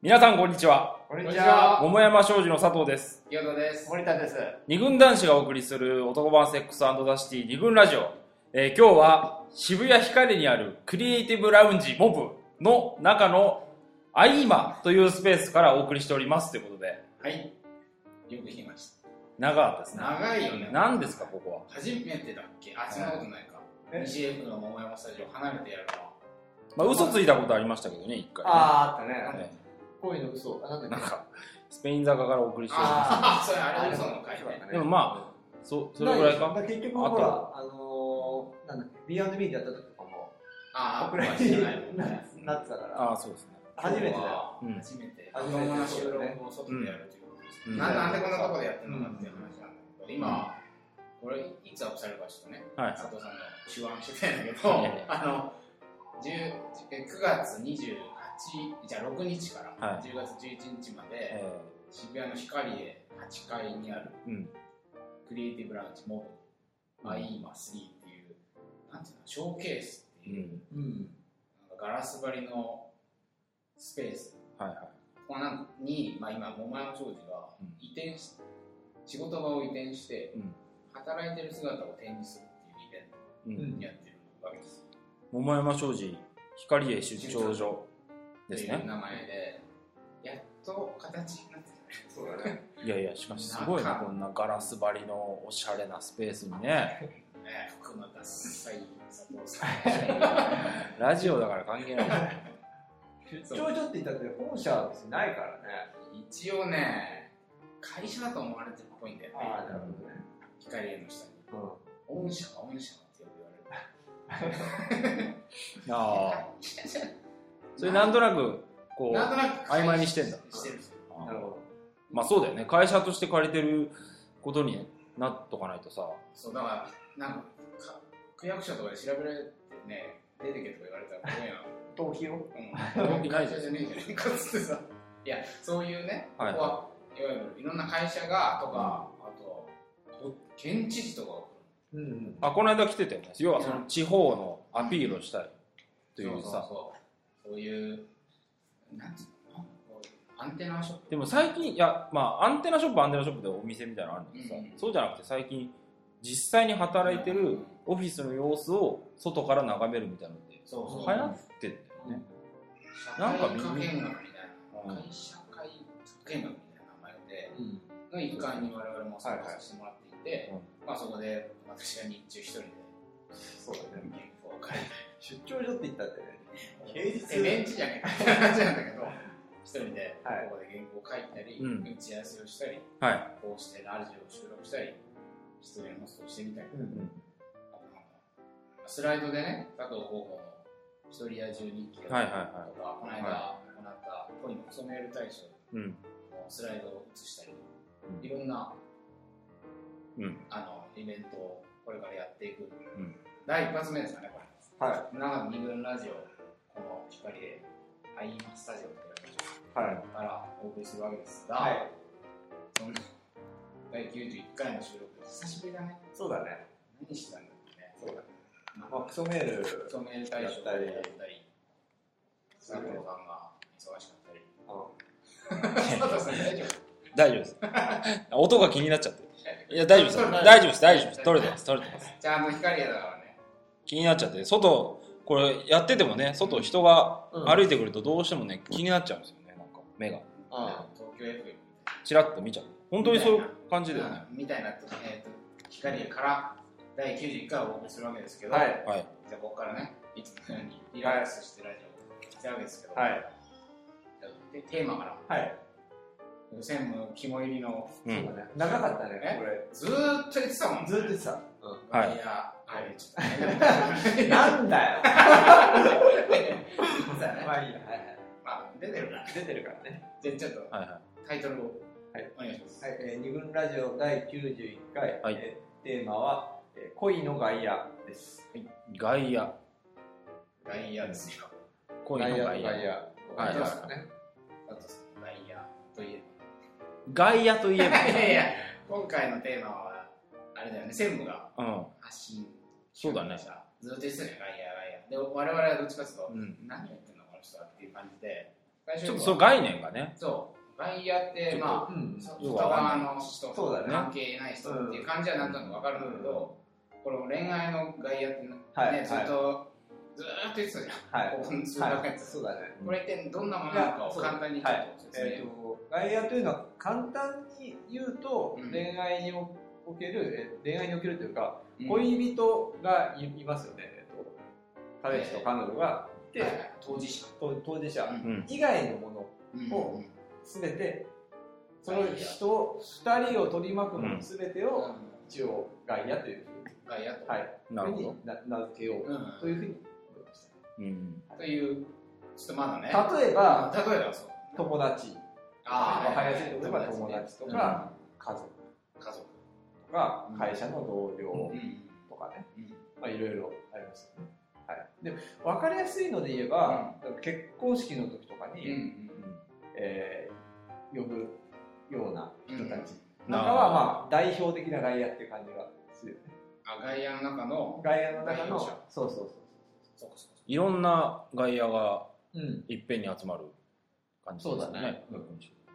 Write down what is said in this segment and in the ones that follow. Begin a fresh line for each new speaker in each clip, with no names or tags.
皆さんこんにちは
こん
に
に
ち
ち
は
は。
桃山商事の佐藤です
ヨドです。
森田です。
二軍男子がお送りする男版セックスザシティ二軍ラジオ、えー今日は渋谷ヒカリにあるクリエイティブラウンジモブの中のアイーマというスペースからお送りしておりますということで
はい。よく聞きまし
長かったです
た。
ね
長いよね。
何ですかここは
初めてだっけあ、そんなことないか。
え
BGF の桃山スタジオ離れてやるわ。
まあ嘘ついたことありましたけどね一回ね
あーあったね。
ね
恋の嘘。あ、なんだ
な
っ
ん
け。
かスペイン坂からお送りしておりま
あ
あ、それあれでその回ね。
すでもまあそそれぐらいか
なでしょ結局
あと
ほら、あのー、なんだっけ、B&B でやった時とかも、
あ、
僕ら
あ
に
してないもん
な
ね。
なってたから、
ああそうですね
初めてだよ。
よ
うん
初めて。
初
初
めて
めて収録を外でやるということで
う
す
ん
ね。ななんでこんなとこでやってるのかっていう話なんだけど、今、これいつアップされるかちょっとね、
はい
佐藤さんの手腕してたんだけ
は
ど
い、
あの、10 9月28じゃあ6日から、
はい
10月11日まで、
え
渋谷の光で8階にある
ーうん
クリエイティブラウンジモブ、アイーマ3っていう、なんていうの、ショーケースって
う
いう、
ん
うん。
なんかガラス張りのスペース
はいはい
ここなんかに、まあ、今、桃山商事が
うん
移転し、仕事場を移転して、
うん
働いてる姿を展示するっていうイ
う
う
ベン
ん
ト
ん
をやってるわけです。
桃山商事光栄出張所です
っていう
ね
名前で、やっと形に なってきたそうだ ね。
いやいやしかしすごいなこんなガラス張りのおしゃれなスペースにね
服のダサい佐藤さん。
ラジオだから関係ないですね
出張所って言ったって本社は別にないからね。
一応ね、会社だと思われてるっぽいんだよね。
ああ、なる
光栄の下に。
ほ
御社は御社ってよく言われる。
ああ
会社じゃ
それなんとなくこ
なんと
う
なく
曖昧にしてんだ
してるす
どね。なるほど。
まあそうだよね会社として借りてることになっとかないとさ
そうだからなんかか区役所とかで調べられてね出てけとか言われたら 怖
頭皮を
い な
興
うん
味ないじゃん
会社じゃねえじゃねえかっつってさいやそういうねここ
はい
は、いわゆるいろんな会社がとか、あとど県知事とかが
うん。
あこの間来てたよね要はその地方のアピールをしたいという
そ
さ
うそうそうそういうなんつうのなんかこうアンテナショップ
でも最近いやまあアンテナショップはアンテナショップでお店みたいなのあるんだけどさ、
うんうん
そうじゃなくて最近実際に働いて
う
る
ん
オフィスの様子を外から眺めるみたいなので
そうそう
流行ってんだよね、
社
なん
会
か
科見学みたいな
うん
会社会科見学みたいな名前で
うん。
の一環に我々も参加させてもらっていて、
いはい
まあ、そこで私が日中一人で
そうだね。
原稿を書いて
出張所って言ったってね。
えベンチじゃねえかって感じなんだけど一人でこ
はい
こで原稿を書いたり、
うん
打ち合わせをしたり
はい、
こうしてラジオを収録したり出演ホストをしてみたり
うん。
あとなんかスライドでね佐藤候補の一人野獣日記とか、
はいはいはい
この間行った恋のクソメール大賞
うん
のスライドを映したり
うん
いろんな、
うん
あのイベントをこれからやっていく、
ん
第一発目ですかねこれ
は
長野二軍ラジオ、この光で、アイマスタジオっていう
い。はい。
場所からお送りするわけですが、
はい。
そんな第91回の収録、久しぶりだね。
そうだね。
何してたんだっけね。
そうだね。
ま
まあ、クソメール。
あ、著名大賞だったり、佐藤さんが忙しかったり。佐藤さん大丈夫
大丈夫です音が気になっちゃっていや大丈夫です大丈夫です大丈夫です取れてます取れてます
ちゃんと光でだからね。
気になっちゃって外これやっててもね外人が
うん
歩いてくるとどうしてもね気になっちゃうんですよねなんか目が
あ
東京 FM
チラッと見ちゃう本当にそういう感じだよね
みたいな、えー、と光から第91回をお送りするわけですけど、
はい。
はい
じゃあここからね、いつものようにリラックスしてラジオをしてるわけですけど、
はい。
でテーマから、
はい。
専務肝入りの、
う
そ
ん
うだね。長かったね、これ。
ずーっと言ってたもん、
ずっと
っ
言ってた。
と。
はい
いや、あれ、ちょっと、
なんだよ。
言ってたね。
まあいいや。はいはい
まあ、出てるから、
出てるからね。
じゃあちょっと
はいはい
タイトルを
はい
お願いします。
はい、えー、二軍ラジオ第91回、
はい
えーテーマは、えー恋の外野です。
外野
外野ですよ。
恋の外野
外野。
はい
どうですかね。
あと、外野といえ
外野といえ
ば。いやいや、今回のテーマは、あれだよね、専務が
ばうん
発信
そうだね
ずっと言ってたね、外野、外野。で、我々はどっちかというと、
うん
何やってんのこの人はっていう感じで最初
ちょっ
に
とその概念がね。
そう外野って
ちょっと
まあ
うん
そ
よ
外
くわか
側
ん
の人
そうだね
関係ない人っていう感じはなんとなくわかるんだけど、この恋愛の外野ってね、
はいはい
ずっとずーっと言ってたじ
は
ゃん、
い
興奮するだけ
は
や
い
つ
そうだね
うん
これってどんなものなのかを簡単にちょっと説明、
えっ、と外野というのは簡単に言うと、
うん
恋愛におけるえ恋愛におけるというか、
うん
恋人がいいますよね、えっと、彼氏と彼女がいて、
はいはい当事者
と当事者
うん。
以外のもの
うん
を
うん
全てその人を2人を取り巻くもの全てを一応外野という
外野と、
はい
な
ふ
る
う
ほど
に。な名付けよ
う
う
ん
というふうに思いまし
うん。
というちょっとまだね
た例えば
例えばそう
友達
あ
わかりやすいところは
友
友
達ね
達とか家族
家族
とか
うん
会社の同僚
うん
とかね
うん
まあいろいろありますよねはい、で分かりやすいので言えば、結婚式の時とかに、
うん
えー呼ぶような人たち、
うん
中はまあ代表的な外野っていう感じがするよね
あ外野の中の
外野の中の
代表者
そうそうそう
そうかそうか
いろんな外野が
そううん
いっぺんに集まる感じですよ
そうだ
ね
ね。
うん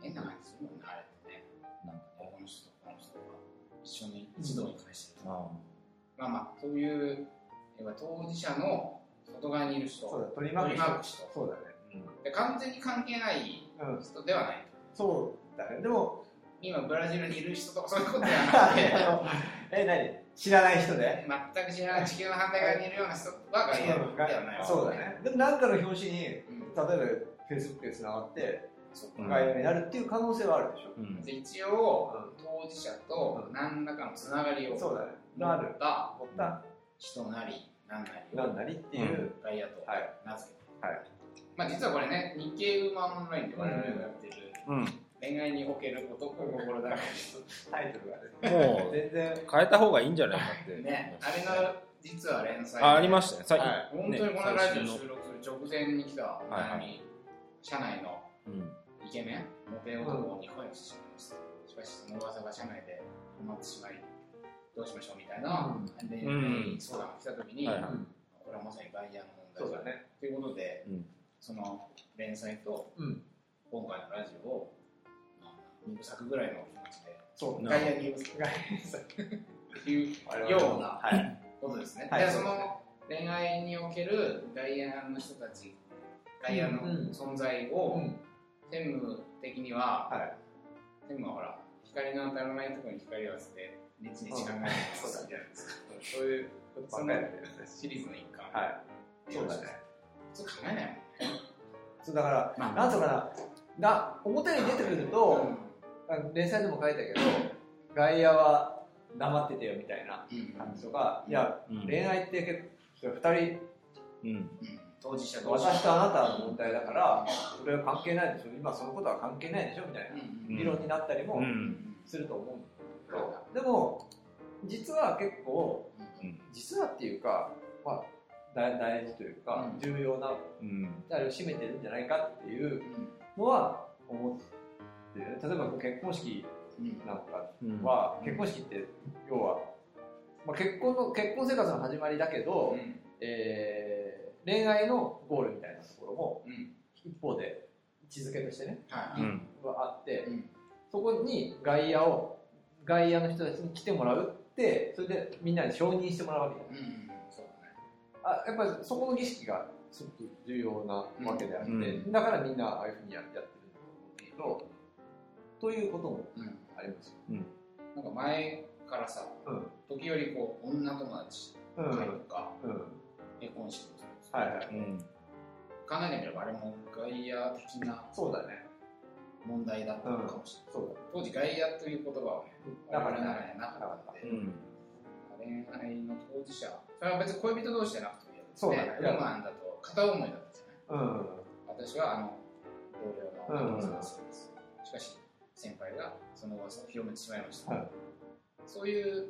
変な感じするもんねあれってね
なんかね。
この人とこの人が一緒に一堂に会してる
ああ
まあまあそういう要は当事者の外側にいる人
そうだ取り巻
取
く
り
人
巻く人
そうだね
で完全に関係ない
うん、うん、
人ではない
そうだねで も
今ブラジルにいる人とかそういうことではなくて
え何知らない人で
全く知らない地球の反対側にいるような人は外野ではないわけ
そうだねでも何かの表紙に例え
うん
ばフェイスブックでつながって
そうか
うん
外野になるっていう可能性はあるでしょ、
うん
で一応当事者と何らかのつながりを
そうだね
持
なる
った
持った
人なり何なり
なんなりっていう、
外野と
はい
名付けて、
はい
まあ、実はこれね日経ウーマンオンラインで我々がやってる
うん。
恋愛における男心だらけです
タイトルが
もう、
ね全然
変えた方がいいんじゃないかって。
ねあれの実は連載
あ、ありましたね。最
はい
本当にこのラジオ収録する直前に来たお悩み、社内の
うん。
イケメンモテ男に恋をしてしまいました、しかしその噂が社内で止まってしまいどうしましょうみたいな恋愛相談が来た時に、
はいは
うん
これはまさに外野の
そ
問
う
題だ
だね
ということで、
うん
その連載と
うん
今回のラジオを、まあ、2部作ぐらいの気持ちで
そう
な
外野に2部作
外
っていう
野
ような
はい
ことですね、
はい
でその恋愛における外野の人たち外野の
うん
存在
う
を
ん
専務的には
はい
専務はほら光の当たらないところに光を当ててネチネチ考えてますみたいな
そういうことばっかりやってるんです
シリーズの一環、
はい。そうだね。
普通考えないもんね
そうだから、
まあ
なんとかな、な表に出てくると、
う
あの連載でも書いたけど、外野は黙っててよみたいなん
うん
感じとか、
うん
いや、
うん
恋愛って結構、二人、
うん。
うん当事者同士
私とあなたの問題だから、それは関係ないでしょ、今そのことは関係ないでしょみたいな
うん
ん
理論になったりも
うん。
すると思うんだけど、でも、実は結構、実はっていうか、まあ、大大事というか
う、ん
重要な
うん。
あれを占めてるんじゃないかっていうのは思ってる例えば結婚式なんか
うん。
は、
うん
結婚式って要は、まあ、結婚の結婚生活の始まりだけど、えー恋愛のゴールみたいなところも一方で位置づけとしてね
うん。
はあってそこに外野を外野の人たちに来てもらうってそれでみんなに承認してもらうわけじゃないあやっぱりそこの儀式がすごく重要なわけであって、
うん
だからみんなああいうふうにやってるんだと思うんだけどということもありますよ、
なんか前からさ、
うん
時折こう女友達
う
会
ん
とか
うん
結婚式とか
はいはい
うん。
考えてみればあれも外野的な
そうだね
問題だったのかもしれない、
そう
当時外野という言葉はね
だ
我
なか
々の中
らね
にはなかったので
うん。
恋愛の当事者それは別に恋人同士じゃなくてもいいわけです
そうだね
ロマンだと片思いだったじゃない
だうん
私はあの同僚の
うん
そうです、しかし先輩がその噂を広めてしまいました、
はい
そういう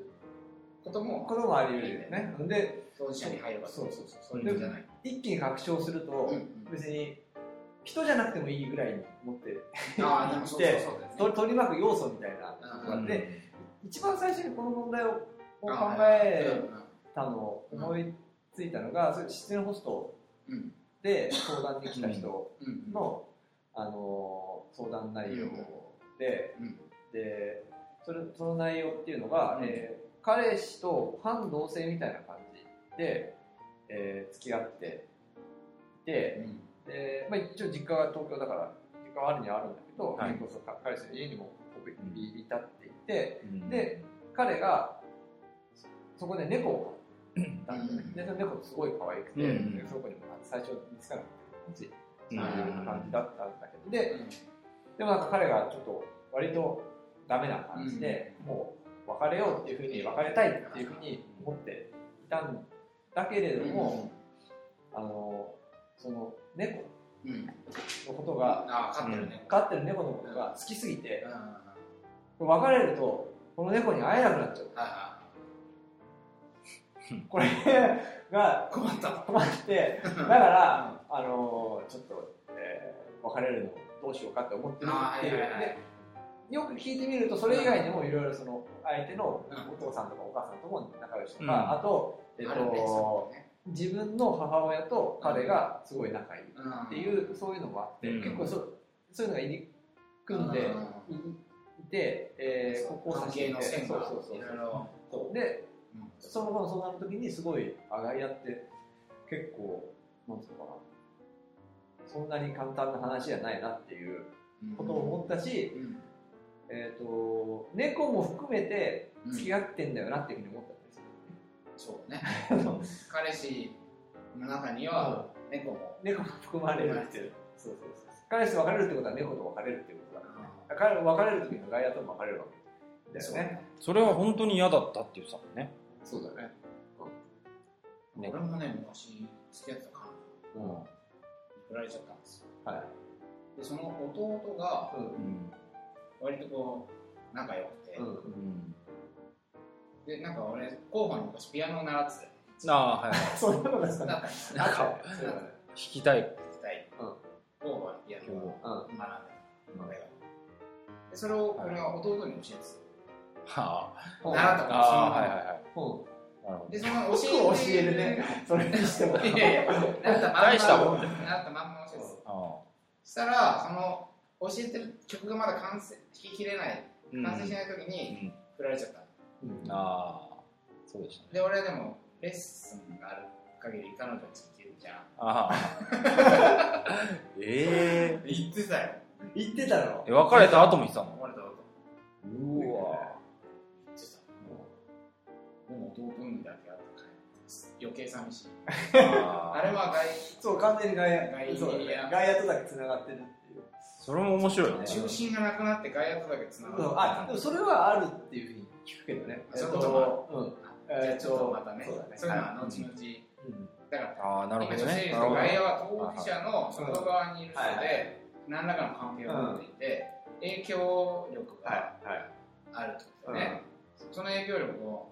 ことも
こともあり得るよねで
当事者に入れば
そうそう
そうそういうことじゃない、
一気に確証すると、
うん
別に人じゃなくてもいいぐらいに持って
ああでもそうそうそうだよね
と取り巻く要素みたいなのがあって、一番最初にこの問題をを考えたのを
うん
思いついたのが、それ出演ホスト
うん
で相談に来た人
うんうん
の、あの相談内容
うん
で、
うん
でそれその内容っていうのが、
うん
えー彼氏と反同性みたいな感じで、えー付き合ってでで、まあ、一応実家は東京だから実家はあるにはあるんだけど、
はい
結構そうか彼氏の家にも僕いたっていて
うん
で彼がそそこで猫を飼ってたんだよね
うん
でその猫すごい可愛くて、
うん
でそこにも最初見つかなくてこっち
うん
そういう感じだったんだけど、で、
うん
でもなんか彼がちょっと割とダメな感じで、もう別れようっていうふうに、別れたいっていうふうに思っていたんだけれども、あの、その猫
うん、うん、
のことが、
ああ、飼ってるね。
飼ってる猫のことが好きすぎ
う
て
ん、、は
別れると、この猫に会えなくなっちゃう
い。は
これが
い。困った。
困って、だから、あの、ちょっと、えー別れるのどうしようかって思ってる
あ
っ
あ、
て
はい
いう。
はいは
で
い。
よく聞いてみるとそれ以外にもいろいろその相手の
うん
お父さんとかお母さんとも仲良しとか、
うん
あと、えっ
あるねそ
と、自分の母親と彼がすごい仲いいっ
うだね
ていう、そういうのもあって、
うん
結構そそういうのが入り組んでいいて、えー、ここを
関
差し
係
て
の線
そう
が
そうそう
いろいろこ
で
う、うん
その後の相談の時にすごいあがいやって結構なんつうのかなそんなに簡単な話じゃないなっていうことを思ったし、
うん
えー、と猫も含めて
うん
付き合ってんだよなっていうふうに思ったんですよ、
そうね。彼氏の中には
う
猫も。
ん猫も含まれるっていうそうそうそう彼氏と別れるってことは猫と別れるっていうことだから彼別れる時にガイアとも別れるわけだよね。
それは本当に嫌だったっていうさね
そうだね、
俺もね、昔付き合ってた彼女
うんは
に振られちゃったんですよ。
い
で、その弟が
う
う
ん
ん
割とこう、仲良くて
う、ん
うん
で、なんか俺、候補に昔ピアノを習って
ああはいはい
そんなことです
た
か
よ。
ね
なんか、
なんか
そうだね
弾きたい
聞きたい。
うん
候補にピアノを
うん
学んだ。俺がでそれを俺は弟に教えて
は
た。
な
習
る
あ
ったから
ああはいはいはい
ほど
なるほ
で、その
うんよ
教
く教え
えて
るねそれにしても
いやいや、習ったまんま。
大したもん
習ったまんま教えてた
ど
したら、その、教えてる曲がまだ完成、弾ききれない、
うん
完成しない時
う
に
ん
振られちゃった。
うん
ああそうでしたね
で、俺はでも、レッスンがある限り彼女に付き合うじゃん。
ああえ
言ってたよ。
言ってたろ
ええ別れた後も言ってたの
俺と弟。
うわ
言ってた。もう、でも弟にだけあったから、余計寂しい。
あ
あれは外
そう完全にガイア
ガイア
そうだねガイアとだけつながってるっていう
それも面白いね
中心がなくなって外野とだけつながる。
あでもそれはあるっていうふうに聞くけどね。
そういうことも
うん
じゃあちょっとまたね、
そ
そうう
だね
いうのは後々、
うん
だから、
ああなるほ
今
ど
女性
ね
いる
なる
と
ほど
外野は当事者の外側にいる人
はいは
で、何らかの関係を持っていて、影響力
はい
が
はい
あるってことだよね、その影響力を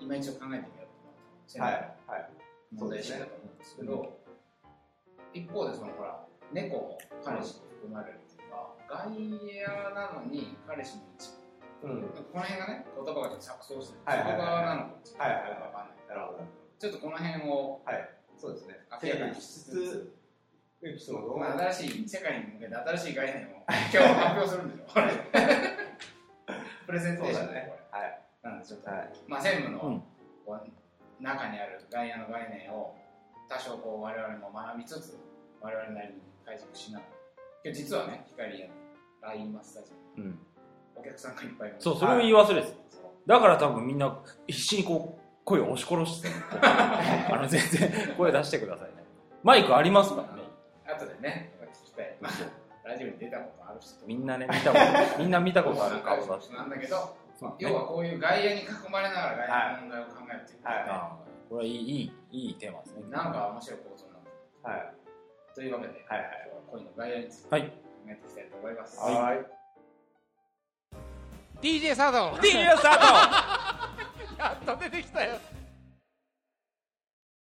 今一度考えてみようと思った
はい
の
はい
問題意識だと思うんですけど、一方でそのほら、猫も彼氏に含まれるとか、外野なのに彼氏の一部
うん
この辺がね、言葉がちょっと錯綜してる。
はいはいはい
外側なのか、ちょっと
はい
よ
はい
くわかんな
はい
い。
なるほど
ちょっとこの辺を、
はいそうですね。
明らかにしつつ
エピソードを
まあ、新しい世界に向けて新しい概念を今日発表するんでしょ、これ。 プレゼンテ
そ
ー
う
ショ
だ
ン
ね
ね、こ
はい
れ。なんで、ちょっと、
はい
まあ、専務の、
うん
こう中にある外野の概念を多少こう我々も学びつつ、我々なりに解釈しながら。今日実はね、光や LINE マッサージ、
うん
お客さんがいっぱいいます
そうそれを言い忘れてた
そう
だから多分みんな必死にこう声を押し殺 してたあの全然声出してくださいねマイクありますからね
後でね、聞きたい。まあラジオに出たことある人とか
みんなね見たことみんな見たことある顔だし
なんだけど、
そうね
要はこういう外野に囲まれながら外野の問題を考えるっていう、
はい
あーこれはいいいいいいテーマですね
なんか面白い構想なんだ
はい
というわけで、
はい
今日は恋の外野について考
はい
えていきたいと思います、
はいはい。
DJ サード
DJ スタート
やっと出てきたよ